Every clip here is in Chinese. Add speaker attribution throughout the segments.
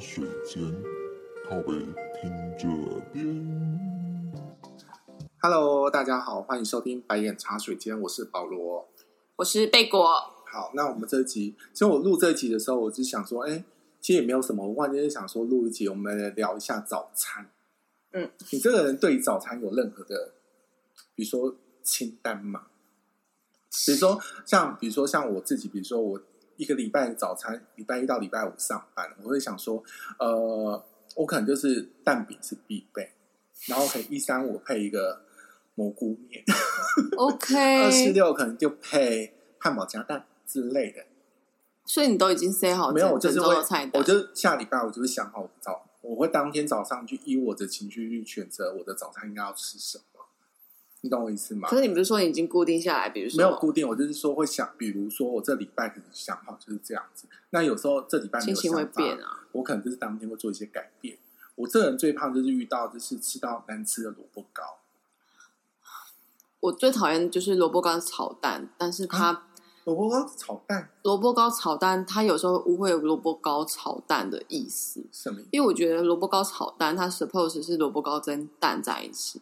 Speaker 1: 水间，靠北听这边。
Speaker 2: Hello，大家好，欢迎收听白眼茶水间，我是保罗。
Speaker 3: 我是贝果，
Speaker 2: 好，那我们这一集，其实我录这一集的时候，我只想说，哎，其实也没有什么，我忽然间想说录一集，我们来聊一下早餐。
Speaker 3: 嗯，
Speaker 2: 你这个人对于早餐有任何的，比如说清单吗？比如说像，比如说像我自己，比如说我一个礼拜的早餐，礼拜一到礼拜五上班，我会想说，呃，我可能就是蛋饼是必备，然后可能一三五配一个蘑菇面。二四
Speaker 3: OK，
Speaker 2: 六可能就配汉堡夹蛋之类的。
Speaker 3: 所以你都已经 say 好
Speaker 2: 没有，我
Speaker 3: 整
Speaker 2: 就是
Speaker 3: 哦整
Speaker 2: 会
Speaker 3: 周的菜，单，
Speaker 2: 我就下礼拜我就会想好我早，我会当天早上去依我的情绪去选择我的早餐应该要吃什么。你懂我意思吗
Speaker 3: 可？是你不是说你已经固定下来，比如说
Speaker 2: 没有固定，我就是说会想，比如说我这礼拜可能想好就是这样子。那有时候这礼拜没
Speaker 3: 心
Speaker 2: 有
Speaker 3: 情会
Speaker 2: 想法，
Speaker 3: 变啊，
Speaker 2: 我可能就是当天会做一些改变。我这人最怕就是遇到就是吃到难吃的萝卜糕。
Speaker 3: 我最讨厌就是萝卜糕炒蛋，但是它
Speaker 2: 萝卜糕炒蛋
Speaker 3: 萝卜糕炒蛋，它有时候误会萝卜糕炒蛋的意思，
Speaker 2: 什么意思？
Speaker 3: 因为我觉得萝卜糕炒蛋，它 suppose 是萝卜糕跟蛋在一起，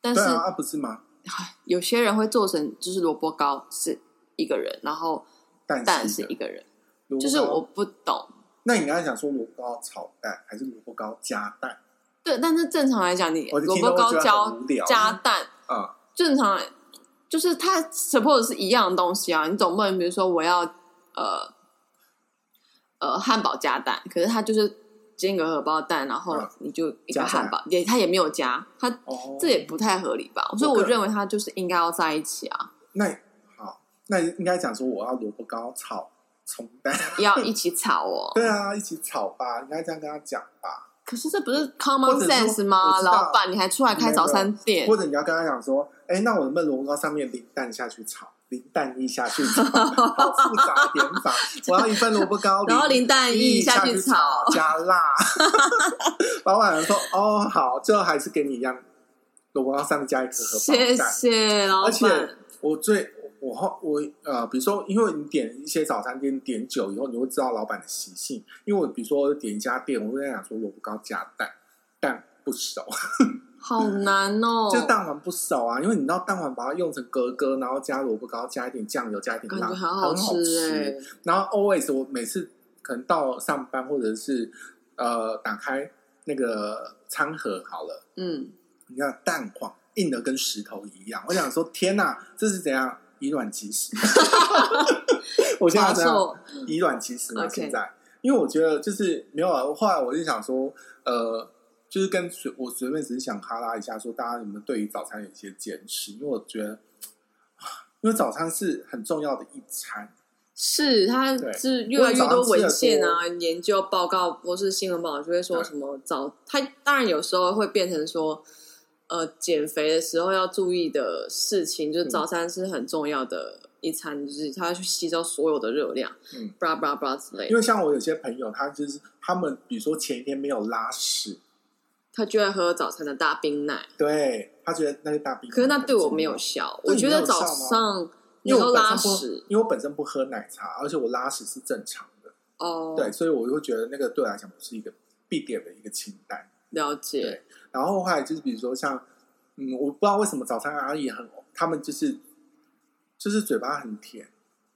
Speaker 3: 但是
Speaker 2: 对啊，啊不是吗？
Speaker 3: 唉有些人会做成就是萝卜糕是一个人，然后
Speaker 2: 蛋
Speaker 3: 蛋
Speaker 2: 是
Speaker 3: 是
Speaker 2: 一
Speaker 3: 一
Speaker 2: 个
Speaker 3: 个人，
Speaker 2: 萝卜
Speaker 3: 就是
Speaker 2: 糕
Speaker 3: 我不懂，
Speaker 2: 那你刚才想说萝卜糕炒蛋还是萝卜糕加蛋
Speaker 3: 对，但是正常来讲，你
Speaker 2: 我就
Speaker 3: 萝
Speaker 2: 听
Speaker 3: 卜
Speaker 2: 到
Speaker 3: 糕
Speaker 2: 会觉得
Speaker 3: 加
Speaker 2: 很无聊
Speaker 3: 加蛋，
Speaker 2: 啊？
Speaker 3: 正常来就是它 suppose 是一样的东西啊。你总不能比如说我要呃呃汉堡加蛋，可是它就是煎个荷包蛋，然后
Speaker 2: 嗯
Speaker 3: 你就一个
Speaker 2: 加蛋
Speaker 3: 汉堡，也它也没有加，它
Speaker 2: 哦，
Speaker 3: 这也不太合理吧？所以
Speaker 2: 我
Speaker 3: 我
Speaker 2: 个人
Speaker 3: 认为它就是应该要在一起啊，
Speaker 2: 那好，那应该讲说我要萝卜糕炒葱 蛋，
Speaker 3: 要一起炒哦。
Speaker 2: 对啊，一起炒吧，应该这样跟他讲吧，
Speaker 3: 可是这不是
Speaker 2: 或
Speaker 3: common
Speaker 2: 者说
Speaker 3: sense
Speaker 2: 我
Speaker 3: 吗？
Speaker 2: 知道
Speaker 3: 老板，你还出来开早餐店
Speaker 2: 或？者你要跟他讲说，哎，那我能不能萝卜糕上面淋蛋下去炒？淋蛋液下去 炒，好复杂的点法。我要一份萝卜糕，
Speaker 3: 然后林蛋
Speaker 2: 液
Speaker 3: 一下去
Speaker 2: 去
Speaker 3: 炒，
Speaker 2: 加 辣。老板说：“哦，好，最后还是跟你一样，萝卜糕上面加一颗荷包
Speaker 3: 谢
Speaker 2: 蛋。”
Speaker 3: 谢老
Speaker 2: 而
Speaker 3: 板。
Speaker 2: 且我最我后我呃，比如说，因为你点一些早餐店点久以后，你会知道老板的习性。因为我比如说点一家店，我会跟他讲说萝卜糕加蛋，蛋不熟，
Speaker 3: 哦好难哦，
Speaker 2: 就蛋黄不熟啊。因为你知道蛋黄把它用成格格，然后加萝卜糕，加一点酱油，加一点
Speaker 3: 感
Speaker 2: 辣，
Speaker 3: 觉
Speaker 2: 很
Speaker 3: 好
Speaker 2: 好
Speaker 3: 吃哎、
Speaker 2: 然后 always 我每次可能到上班或者是呃打开那个餐盒好了，
Speaker 3: 嗯，
Speaker 2: 你看蛋黄硬的跟石头一样，我想说天哪，这是怎样以卵击石？ 我现在
Speaker 3: 华
Speaker 2: 这样
Speaker 3: 硕
Speaker 2: 以卵击石嘛，
Speaker 3: OK
Speaker 2: 现在，因为我觉得就是没有啊。后来我就想说，呃，就是跟随我随便只是想哈拉一下，说大家有没有对于早餐有一些坚持？因为我觉得，啊因为早餐是很重要的一餐，
Speaker 3: 是它
Speaker 2: 对
Speaker 3: 是越来越多文献
Speaker 2: 因为早
Speaker 3: 啊、研究报告或是新闻报道就会说
Speaker 2: 对
Speaker 3: 什么早，它当然有时候会变成说，呃，减肥的时候要注意的事情，就是
Speaker 2: 嗯
Speaker 3: 早餐是很重要的一餐，就是它要去吸收所有的热量，
Speaker 2: 嗯
Speaker 3: ，blah blah blah 之类
Speaker 2: 因
Speaker 3: 的，
Speaker 2: 为像我有些朋友，他就是他们，比如说前一天没有拉屎，
Speaker 3: 他就会喝早餐的大冰奶，
Speaker 2: 对他觉得那个大冰，
Speaker 3: 可是那对我没有，效，
Speaker 2: 对
Speaker 3: 我
Speaker 2: 你
Speaker 3: 觉
Speaker 2: 没有
Speaker 3: 得早
Speaker 2: 效吗
Speaker 3: 上
Speaker 2: 因
Speaker 3: 能
Speaker 2: 为我
Speaker 3: 够
Speaker 2: 本身
Speaker 3: 拉
Speaker 2: 不
Speaker 3: 屎
Speaker 2: 因为我本身不喝奶茶，而且我拉屎是正常的，
Speaker 3: 哦，
Speaker 2: 对，所以我就觉得那个对我来讲不是一个必点的一个清单。
Speaker 3: 了解
Speaker 2: 对，然后后来就是比如说像，嗯，我不知道为什么早餐阿姨很，他们就是就是嘴巴很甜，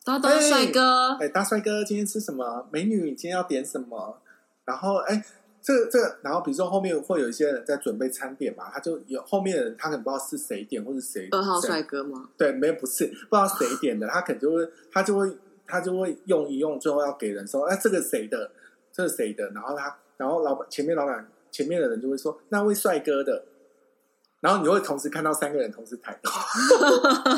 Speaker 3: 大家都是帅哥，
Speaker 2: 哎，大帅哥今天吃什么？美女今天要点什么？然后哎，这个这个，然后比如说后面会有一些人在准备餐点嘛，他就有后面的人他可能不知道是谁点或是谁
Speaker 3: 二号
Speaker 2: 谁
Speaker 3: 帅哥吗？
Speaker 2: 对，没有不是不知道谁点的，他可能就会他就会他就会用一用，最后要给人说，哎、这个谁的，这是谁的，然后他然后老板前面老板前面的人就会说那位帅哥的，然后你会同时看到三个人同时抬头，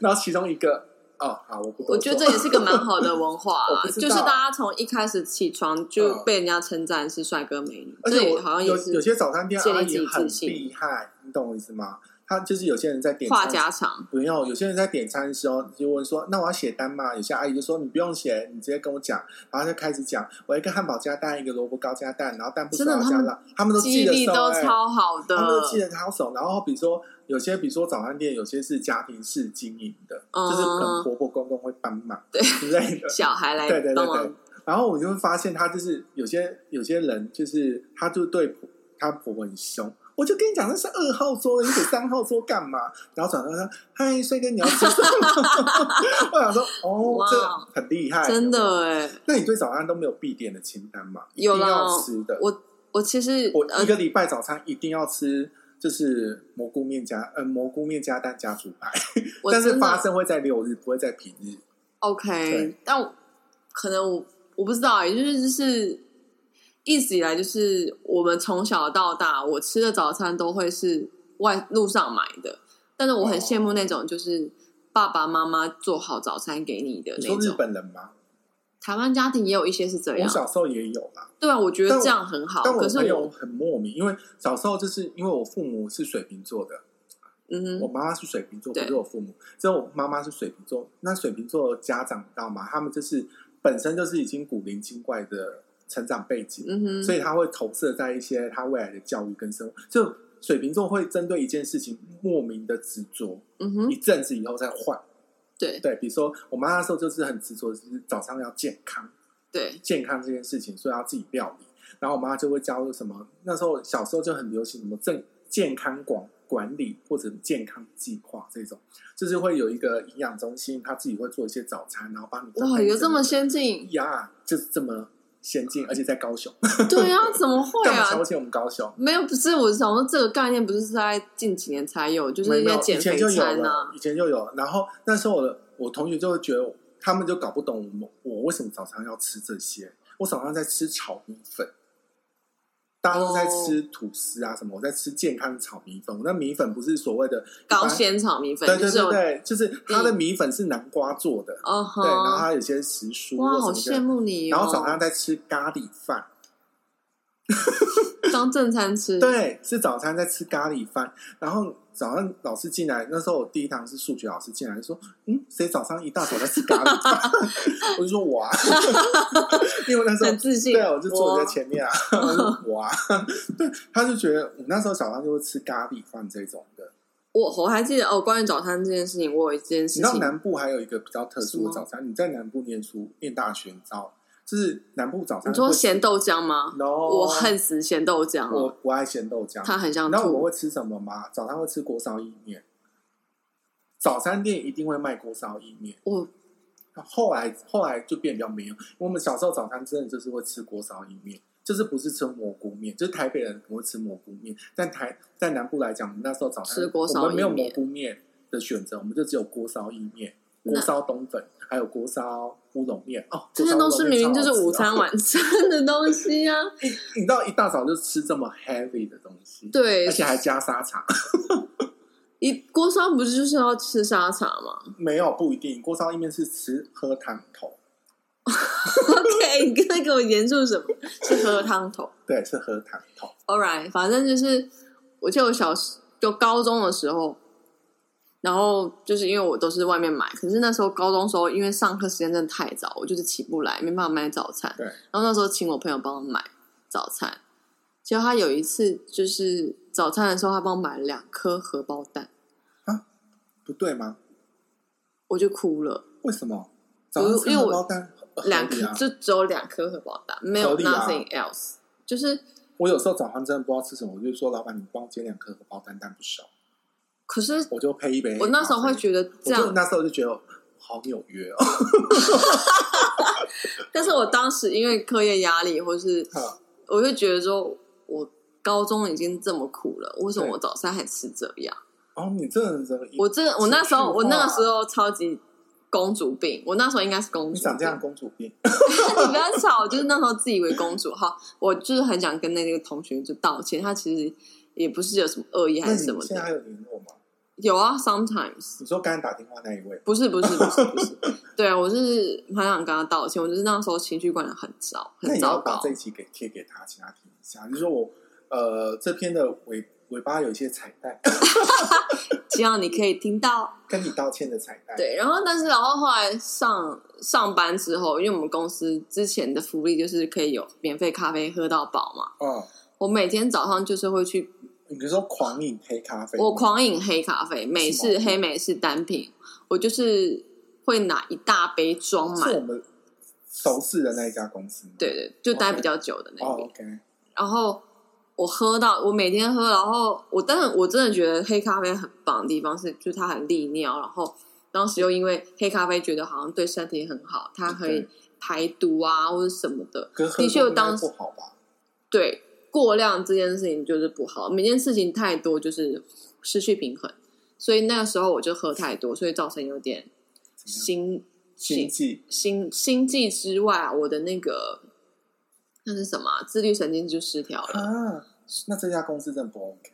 Speaker 2: 然后其中一个哦好，我不多
Speaker 3: 我觉得
Speaker 2: 说
Speaker 3: 这也是个蛮好的文化
Speaker 2: 我
Speaker 3: 啊，
Speaker 2: 不知
Speaker 3: 就
Speaker 2: 道嗯
Speaker 3: 是大家从一开始起床就被人家称赞是帅哥美女，
Speaker 2: 而
Speaker 3: 这
Speaker 2: 且
Speaker 3: 也
Speaker 2: 我
Speaker 3: 好像
Speaker 2: 有
Speaker 3: 也
Speaker 2: 有
Speaker 3: 是
Speaker 2: 些早餐店
Speaker 3: 建立
Speaker 2: 阿
Speaker 3: 自己
Speaker 2: 姨很
Speaker 3: 自信
Speaker 2: 厉害，你懂我意思吗？他就是有些人在点
Speaker 3: 话
Speaker 2: 餐
Speaker 3: 家常。
Speaker 2: 不用，有些人在点餐的时候就问说：“那我要写单吗？”有些阿姨就说：“你不用写，你直接跟我讲。”然后就开始讲：“我要一个汉堡加蛋，一个萝卜糕加蛋，然后蛋不熟
Speaker 3: 真的
Speaker 2: 要加辣。”他们都
Speaker 3: 记
Speaker 2: 记
Speaker 3: 忆
Speaker 2: 得
Speaker 3: 力
Speaker 2: 熟、
Speaker 3: 都
Speaker 2: 欸，
Speaker 3: 超好的
Speaker 2: 他，们都记得超熟。然后比如说有些，比如说早餐店，有些是家庭式经营的，
Speaker 3: 嗯
Speaker 2: 就是可能婆婆公公会帮忙对之类的。
Speaker 3: 小孩来
Speaker 2: 对对对
Speaker 3: 帮忙
Speaker 2: 对，然后我就会发现他就是有些有些人就是他就对婆他婆婆很凶。我就跟你讲，那是二号桌，你给三号桌干嘛？然后转头说：“嗨，帅哥，你要吃什么？” 我想说：“哦
Speaker 3: 哇，
Speaker 2: 这很厉害，哦
Speaker 3: 真。的哎，”
Speaker 2: 那你对早餐都没有必点的清单吗？一
Speaker 3: 有
Speaker 2: 定
Speaker 3: 啦
Speaker 2: 要吃的。
Speaker 3: 我我其实
Speaker 2: 我
Speaker 3: 呃
Speaker 2: 一个礼拜早餐一定要吃，就是蘑菇面加呃蘑菇面加蛋加猪排，
Speaker 3: 我
Speaker 2: 但是
Speaker 3: 真的
Speaker 2: 发生会在六日，不会在平日。
Speaker 3: OK，
Speaker 2: 对
Speaker 3: 但我可能我我不知道欸，也就是就是一直以来就是我们从小到大，我吃的早餐都会是外路上买的，但是我很
Speaker 2: 哦
Speaker 3: 羡慕那种就是爸爸妈妈做好早餐给你的
Speaker 2: 你
Speaker 3: 那
Speaker 2: 说日
Speaker 3: 种。
Speaker 2: 本人吗？
Speaker 3: 台湾家庭也有一些是这
Speaker 2: 我
Speaker 3: 样，
Speaker 2: 小时候也有啦，
Speaker 3: 对啊，我觉得
Speaker 2: 但我
Speaker 3: 这样很好。
Speaker 2: 但我
Speaker 3: 可是
Speaker 2: 朋友
Speaker 3: 我，
Speaker 2: 很莫名，因为小时候就是因为我父母是水瓶座的，
Speaker 3: 嗯
Speaker 2: 我
Speaker 3: 哼，
Speaker 2: 妈妈是水瓶座，不
Speaker 3: 对
Speaker 2: 是我父母，只有我妈妈是水瓶座。那水瓶座的家长你知道吗？他们就是本身就是已经古灵精怪的成长背景，
Speaker 3: 嗯哼，
Speaker 2: 所
Speaker 3: 以
Speaker 2: 以他会投射在一些他未来的教育跟生活。就水瓶座会针对一件事情莫名的执着，
Speaker 3: 嗯
Speaker 2: 一
Speaker 3: 哼，
Speaker 2: 阵子以后再换。
Speaker 3: 对
Speaker 2: 对，比如说我妈那时候就是很执着，就是早上要健康，
Speaker 3: 对，
Speaker 2: 健康这件事情，所以要自己料理。然后我妈就会教什么，那时候小时候就很流行什么正健康管管理或者健康计划这种，就是会有一个营养中心，他自己会做一些早餐，然后帮你分
Speaker 3: 哇，
Speaker 2: 配
Speaker 3: 有这么
Speaker 2: 整
Speaker 3: 先进
Speaker 2: 个？呀，就是这么先进，而且在高雄，
Speaker 3: 对啊，怎么会
Speaker 2: 干嘛瞧
Speaker 3: 啊
Speaker 2: 不？起我们高雄？
Speaker 3: 没有，不是，我是想说这个概念不是在近几年才有，就是
Speaker 2: 没
Speaker 3: 一
Speaker 2: 有，
Speaker 3: 些
Speaker 2: 以
Speaker 3: 减
Speaker 2: 前
Speaker 3: 肥
Speaker 2: 就有
Speaker 3: 餐啊
Speaker 2: 了，，以前就有了。然后那时候我的我同学就会觉得，他们就搞不懂我们我为什么早上要吃这些，我早上在吃炒米粉。大家都在
Speaker 3: 哦
Speaker 2: 吃吐司啊，什么？我在吃健康炒米粉。我那米粉不是所谓的一般
Speaker 3: 高，纤炒米粉，
Speaker 2: 对
Speaker 3: 就
Speaker 2: 对
Speaker 3: 是
Speaker 2: 对
Speaker 3: 有，嗯
Speaker 2: 对，就是它的米粉是南瓜做的，
Speaker 3: 哦
Speaker 2: 对，然后
Speaker 3: 哈，
Speaker 2: 它有些时蔬
Speaker 3: 哇，好
Speaker 2: 或什
Speaker 3: 羡
Speaker 2: 么
Speaker 3: 慕你
Speaker 2: 的。
Speaker 3: 哦。
Speaker 2: 然后早上在吃咖喱饭，
Speaker 3: 当正餐吃，，
Speaker 2: 对，啊是早餐在吃咖喱饭，然后早上老师进来，那时候我第一堂是数学老师进来就说，嗯，谁早上一大早在吃咖喱饭？ 我就说我啊， 因为我那时候
Speaker 3: 很自信。
Speaker 2: 对啊，我就坐你在
Speaker 3: 哇
Speaker 2: 前面啊，我说我啊，对，他就觉得我嗯那时候早上就会吃咖喱饭这种的。
Speaker 3: 我我还记得哦，关于早餐这件事情，我有一件
Speaker 2: 你
Speaker 3: 事
Speaker 2: 知道
Speaker 3: 情，
Speaker 2: 南部还有一个比较特殊的
Speaker 3: 什么
Speaker 2: 早餐，你在南部念书念大学，你知道，就是南部早餐
Speaker 3: 你说
Speaker 2: 会
Speaker 3: 咸豆浆吗？
Speaker 2: ，no，
Speaker 3: 我恨死咸豆浆
Speaker 2: 我
Speaker 3: 了，
Speaker 2: 不爱咸豆浆，
Speaker 3: 它很像
Speaker 2: 你知道我们
Speaker 3: 吐。
Speaker 2: 会吃什么吗？早上会吃锅烧意面，早餐店一定会卖锅烧意面。
Speaker 3: 我
Speaker 2: 后来后来就变比较没有，因为我们小时候早餐真的就是会吃锅烧意面，就是不是吃蘑菇面，就是台北人可能会吃蘑菇面，但台在南部来讲，我们那时候早餐
Speaker 3: 吃锅烧意面
Speaker 2: 我们没有蘑菇面的选择，我们就只有锅烧意面、
Speaker 3: 那
Speaker 2: 锅烧冬粉，还有锅烧乌龙面。哦，
Speaker 3: 这些都是明明就是午
Speaker 2: 锅烧乌龙面超好吃哦
Speaker 3: 餐晚餐的东 西啊。
Speaker 2: 你知道一大早就吃这么 heavy 的东西，，
Speaker 3: 对
Speaker 2: 而，且还加沙茶。
Speaker 3: 一锅烧不是就是要吃沙茶吗
Speaker 2: 没有，不一定。锅烧意面是吃喝汤头，
Speaker 3: ？OK，你刚才给我严肃什么？是喝汤头。
Speaker 2: 对，是喝汤头。
Speaker 3: All right，反正就是，我记得我小时就高中的时候，然后就是因为我都是外面买，可是那时候高中时候因为上课时间真的太早，我就是起不来，没办法买早餐。
Speaker 2: 对
Speaker 3: 然后那时候请我朋友帮我买早餐，结果他有一次就是早餐的时候，他帮我买了两颗荷包蛋，
Speaker 2: 不对吗？
Speaker 3: 我就哭了。
Speaker 2: 为什么？早上吃
Speaker 3: 因为
Speaker 2: 荷
Speaker 3: 我
Speaker 2: 包蛋，合理啊
Speaker 3: 两颗、就只有两颗荷包蛋，没有
Speaker 2: 合理啊
Speaker 3: nothing else，就是
Speaker 2: 我有时候早上真的不知道吃什么，我就说老板，你帮我煎两颗荷包蛋，但不少，
Speaker 3: 可是
Speaker 2: 我就配一杯。
Speaker 3: 我那时候会觉得这
Speaker 2: 我就
Speaker 3: 样
Speaker 2: 那时候就觉得哦好纽约哦。
Speaker 3: 但是我当时因为课业压力，或是
Speaker 2: 嗯
Speaker 3: 我就觉得说，我高中已经这么苦了，为什么
Speaker 2: 对
Speaker 3: 我早餐还吃这样？
Speaker 2: 哦，你这人怎么？
Speaker 3: 我这我那时候
Speaker 2: 啊
Speaker 3: 我那个时
Speaker 2: 情绪化，
Speaker 3: 候超级公主病，我那时候应该是公
Speaker 2: 你
Speaker 3: 主
Speaker 2: 长这样
Speaker 3: 病。
Speaker 2: 公主病，
Speaker 3: 你不要吵， 我就是那时候自以为公主哈，我就是很想跟那个同学就道歉，他其实也不是有什么恶意
Speaker 2: 那
Speaker 3: 还
Speaker 2: 你
Speaker 3: 是什么
Speaker 2: 现在还
Speaker 3: 的，
Speaker 2: 有联络吗？
Speaker 3: 有啊，sometimes。
Speaker 2: 你说刚才打电话那一位，
Speaker 3: 不是不是不是不是， 对啊，我就是很想跟他道歉，我就是那时候情绪管的很糟，
Speaker 2: 那
Speaker 3: 很
Speaker 2: 你要
Speaker 3: 糟
Speaker 2: 把
Speaker 3: 糕
Speaker 2: 这。一集给贴给他，请他听一下。你说我呃这篇的尾尾巴有一些彩蛋，
Speaker 3: 希望你可以听到。
Speaker 2: 跟你道歉的彩蛋。
Speaker 3: 对，然后但是然后后来上上班之后，因为我们公司之前的福利就是可以有免费咖啡喝到饱嘛，
Speaker 2: 嗯，
Speaker 3: 我每天早上就是会去，
Speaker 2: 你就说狂饮黑咖啡，
Speaker 3: 我狂饮黑咖啡，美式
Speaker 2: 是吗
Speaker 3: 黑美式单品，我就是会拿一大杯装
Speaker 2: 是我
Speaker 3: 满，
Speaker 2: 们熟识的那一家公司吗？
Speaker 3: 对对，就待比较久的那
Speaker 2: 哦
Speaker 3: 边。
Speaker 2: ，OK，
Speaker 3: 然后我喝到我每天喝，然后我但是我真的觉得黑咖啡很棒的地方是，就是它很利尿，然后当时又因为黑咖啡觉得好像对身体很好，它可以
Speaker 2: 对
Speaker 3: 排毒啊或者什么的。
Speaker 2: 可是喝多
Speaker 3: 的确有
Speaker 2: 应该
Speaker 3: 当
Speaker 2: 不好吧？
Speaker 3: 对，过量这件事情就是不好，每件事情太多就是失去平衡，所以那个时候我就喝太多，所以造成有点
Speaker 2: 怎么样
Speaker 3: 心
Speaker 2: 经济
Speaker 3: 心心悸之外，啊我的那个那是什么啊、自律神经就失调了。
Speaker 2: 啊，那这家公司真的不 OK。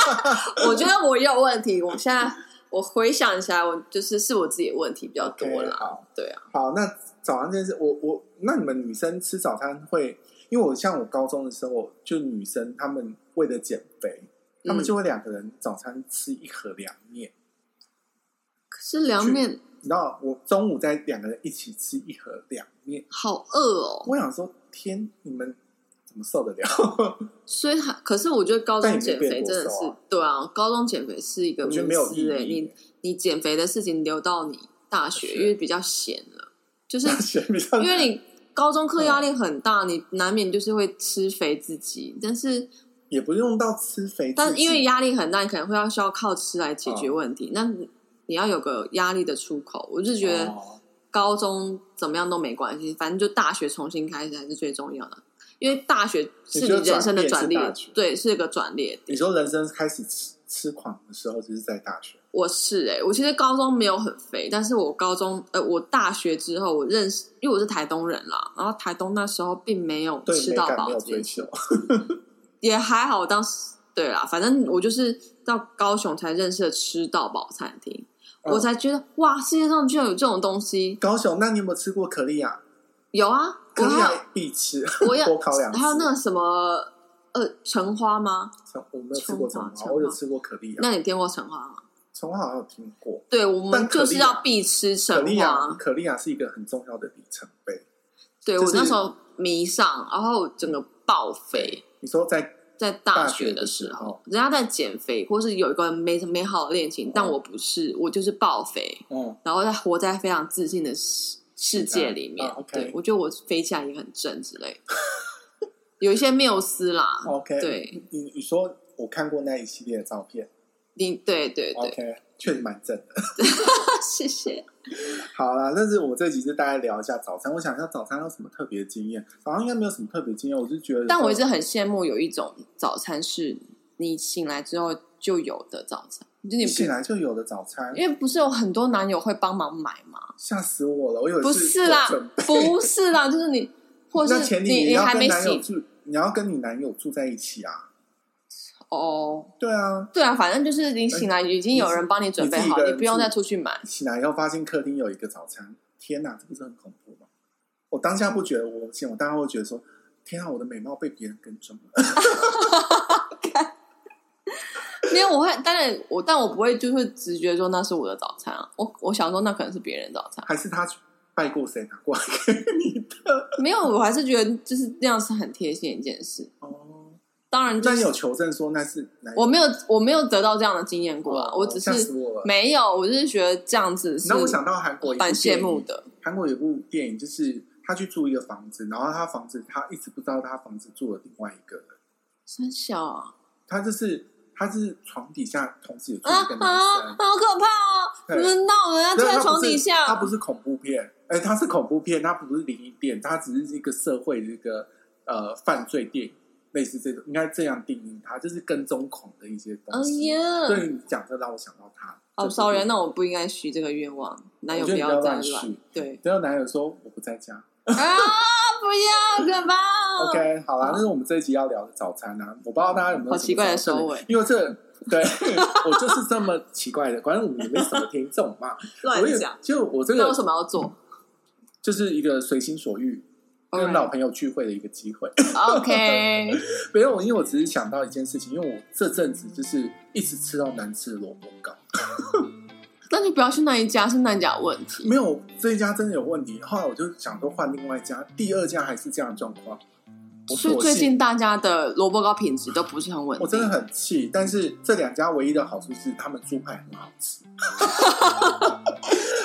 Speaker 3: 我觉得我也有问题。我现在我回想起来，我就是是我自己的问题比较多
Speaker 2: OK，
Speaker 3: 啦。
Speaker 2: 好，
Speaker 3: 对啊，
Speaker 2: 好，那早餐这件事，我我那你们女生吃早餐会，因为我像我高中的时候，就女生她们为了减肥，她们
Speaker 3: 嗯
Speaker 2: 就会两个人早餐吃一盒凉面。
Speaker 3: 可是凉面
Speaker 2: 你知道，我中午在两个人一起吃一盒凉面，
Speaker 3: 好饿哦，
Speaker 2: 我想说，天，你们怎么受得了？
Speaker 3: 所以还可是我觉得高
Speaker 2: 但
Speaker 3: 中
Speaker 2: 也没
Speaker 3: 减
Speaker 2: 变
Speaker 3: 肥
Speaker 2: 多
Speaker 3: 真
Speaker 2: 瘦
Speaker 3: 的是
Speaker 2: 啊
Speaker 3: 对啊，高中减肥是一个
Speaker 2: 我
Speaker 3: 迷
Speaker 2: 觉得没有意
Speaker 3: 思哎、
Speaker 2: 义
Speaker 3: 你。你减肥的事情留到你大学，
Speaker 2: 大学
Speaker 3: 因为比较闲了，就是
Speaker 2: 比较
Speaker 3: 因为你高中课压力很大，你难免就是会吃肥自己，但是。
Speaker 2: 也不用到吃哦肥自己，
Speaker 3: 但因为压力很大，你可能会要需要靠吃来解决问题。那你要有个压力的出口，我是觉得
Speaker 2: 哦
Speaker 3: 高中怎么样都没关系，反正就大学重新开始还是最重要的，因为大学是
Speaker 2: 你觉得
Speaker 3: 人生的
Speaker 2: 转
Speaker 3: 转
Speaker 2: 捩
Speaker 3: 捩
Speaker 2: 是大学，
Speaker 3: 对，是一个转捩。
Speaker 2: 你说人生开始吃吃狂的时候，就是在大学。
Speaker 3: 我是哎、我其实高中没有很肥，但是我高中呃，我大学之后我认识，因为我是台东人啦，然后台东那时候并没有
Speaker 2: 对
Speaker 3: 吃
Speaker 2: 美
Speaker 3: 到
Speaker 2: 感
Speaker 3: 饱
Speaker 2: 没有
Speaker 3: 这
Speaker 2: 追
Speaker 3: 件事
Speaker 2: 求，
Speaker 3: 也还好，当时对啦，反正我就是到高雄才认识了吃到饱餐厅，
Speaker 2: 嗯
Speaker 3: 我才觉得哇，世界上居然有这种东西，
Speaker 2: 高雄，那你有没有吃过可丽亚？
Speaker 3: 有啊，我
Speaker 2: 可丽
Speaker 3: 还有
Speaker 2: 亚必吃，
Speaker 3: 我有
Speaker 2: 多烤两次。
Speaker 3: 还有那个什么呃橙花吗？
Speaker 2: 橙我没有吃过橙
Speaker 3: 橙
Speaker 2: 花，
Speaker 3: 花
Speaker 2: 我有吃过可丽亚，
Speaker 3: 那你见过橙花吗？
Speaker 2: 橙花好像有听过。
Speaker 3: 对，我
Speaker 2: 但
Speaker 3: 们
Speaker 2: 可丽亚
Speaker 3: 就是要必吃
Speaker 2: 可
Speaker 3: 橙
Speaker 2: 丽亚，
Speaker 3: 花。
Speaker 2: 可丽亚是一个很重要的里程碑。
Speaker 3: 对
Speaker 2: 就
Speaker 3: 我
Speaker 2: 是
Speaker 3: 那时候迷上，然后整个爆肥，
Speaker 2: 你说在
Speaker 3: 在大
Speaker 2: 大
Speaker 3: 学的
Speaker 2: 学的时
Speaker 3: 时
Speaker 2: 候
Speaker 3: 候，人家在减肥，或是有一个美美好的恋情，
Speaker 2: 哦
Speaker 3: 但我不是，我就是爆肥。
Speaker 2: 嗯，
Speaker 3: 然后在活在非常自信的世世界里面。
Speaker 2: 啊，OK
Speaker 3: 对我觉得我飞起来也很正之类的， 有一些缪斯啦。
Speaker 2: OK，
Speaker 3: 对，
Speaker 2: 你你说我看过那一系列的照片
Speaker 3: 你对对对，
Speaker 2: ，OK，确实蛮正的。哦
Speaker 3: 谢谢。
Speaker 2: 好啦，但是我这集是大概聊一下早餐，我想一下早餐有什么特别的经验，早上应该没有什么特别经验，我是觉得说，
Speaker 3: 但我一直很羡慕有一种早餐是你醒来之后就有的早餐，就你
Speaker 2: 一
Speaker 3: 不
Speaker 2: 醒来就有的早餐，
Speaker 3: 因为不是有很多男友会帮忙买吗？
Speaker 2: 吓死我了，我有
Speaker 3: 不是啦
Speaker 2: 准备，
Speaker 3: 不是啦，就是 你，或
Speaker 2: 那
Speaker 3: 是
Speaker 2: 前提
Speaker 3: 你
Speaker 2: 要
Speaker 3: 还
Speaker 2: 跟
Speaker 3: 没
Speaker 2: 男友
Speaker 3: 醒
Speaker 2: 住，你要跟你男友住在一起啊，
Speaker 3: 哦。
Speaker 2: 对啊，
Speaker 3: 对啊，反正就是你醒来已经有人帮你准备
Speaker 2: 呃你自己一
Speaker 3: 好，
Speaker 2: 个
Speaker 3: 你
Speaker 2: 人
Speaker 3: 不用
Speaker 2: 住
Speaker 3: 再出去买。
Speaker 2: 醒来以后发现客厅有一个早餐，天哪，这不是很恐怖吗？我当下不觉得我醒，我当下会觉得说，天啊，我的美貌被别人跟踪了，
Speaker 3: 没有，我会，当然我，但我不会就是直觉说那是我的早餐啊。我我想说那可能是别人的早餐，啊
Speaker 2: 还是他去拜过谁拿过来给你的？
Speaker 3: 没有，我还是觉得就是那样是很贴心的一件事。
Speaker 2: 哦，
Speaker 3: 当然、就
Speaker 2: 那你
Speaker 3: 是，
Speaker 2: 有求证说那是男友
Speaker 3: 我没有我没有得到这样的经验过啊，
Speaker 2: 哦
Speaker 3: 我只
Speaker 2: 吓死
Speaker 3: 是
Speaker 2: 我了。
Speaker 3: 没有，我就是觉得这样子是
Speaker 2: 那我想到韩国一部
Speaker 3: 蛮
Speaker 2: 电
Speaker 3: 羡
Speaker 2: 影
Speaker 3: 慕的。
Speaker 2: 韩国有一部电影，就是他去住一个房子，然后他房子他一直不知道他房子住了另外一个人，
Speaker 3: 三小啊
Speaker 2: 他就是他是床底下同时也住
Speaker 3: 啊
Speaker 2: 一个男
Speaker 3: 啊，
Speaker 2: 生。
Speaker 3: 好可怕
Speaker 2: 对
Speaker 3: 哦！你们闹人家
Speaker 2: 那
Speaker 3: 住在
Speaker 2: 他不
Speaker 3: 床
Speaker 2: 是
Speaker 3: 底下，
Speaker 2: 他不是恐怖片，哎、他是恐怖片，他不是灵异片，他只是一个社会的一个呃犯罪电影，类似这种，应该这样定义它，就是跟踪恐的一些东
Speaker 3: 哎
Speaker 2: 西。
Speaker 3: 呀，
Speaker 2: 所以你讲这让我想到他。
Speaker 3: 哦
Speaker 2: 少
Speaker 3: ，sorry，
Speaker 2: 人
Speaker 3: 那我不应该许这个愿望，男友
Speaker 2: 我觉得你
Speaker 3: 要
Speaker 2: 不要
Speaker 3: 再
Speaker 2: 乱许
Speaker 3: 乱，对
Speaker 2: 只有男友说我不在家。
Speaker 3: 啊，不要，可怕 哦。
Speaker 2: OK，好啦，那是我们这一集要聊的早餐啊。我不知道大家有没有
Speaker 3: 好奇怪的收尾
Speaker 2: 什么早餐因为这对 我就是这么奇怪的，反正我们也没什么听众 嘛。
Speaker 3: 乱
Speaker 2: 我也
Speaker 3: 讲。
Speaker 2: 就我这
Speaker 3: 那
Speaker 2: 个
Speaker 3: 为什么要做
Speaker 2: 就是一个随心所欲跟老朋友聚会的一个机会。
Speaker 3: ？OK，
Speaker 2: 没有，因为我只是想到一件事情，因为我这阵子就是一直吃到难吃的萝卜糕，
Speaker 3: 那就不要去那一家，是那一家有问题。
Speaker 2: 没有这一家真的有问题。后来我就想说换另外一家，第二家还是这样的状况。我
Speaker 3: 所以
Speaker 2: 索
Speaker 3: 最
Speaker 2: 性
Speaker 3: 近大家的萝卜糕品质都不是很稳
Speaker 2: 哦
Speaker 3: 定。
Speaker 2: 我真的很气， 但是这两家唯一的好处是他们猪排很好吃。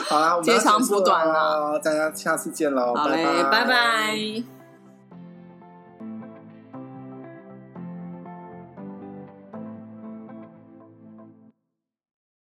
Speaker 2: 好啦，我们要
Speaker 3: 截长
Speaker 2: 结束
Speaker 3: 补短
Speaker 2: 了，大家下次见喽，
Speaker 3: 好嘞，
Speaker 2: 拜
Speaker 3: 拜拜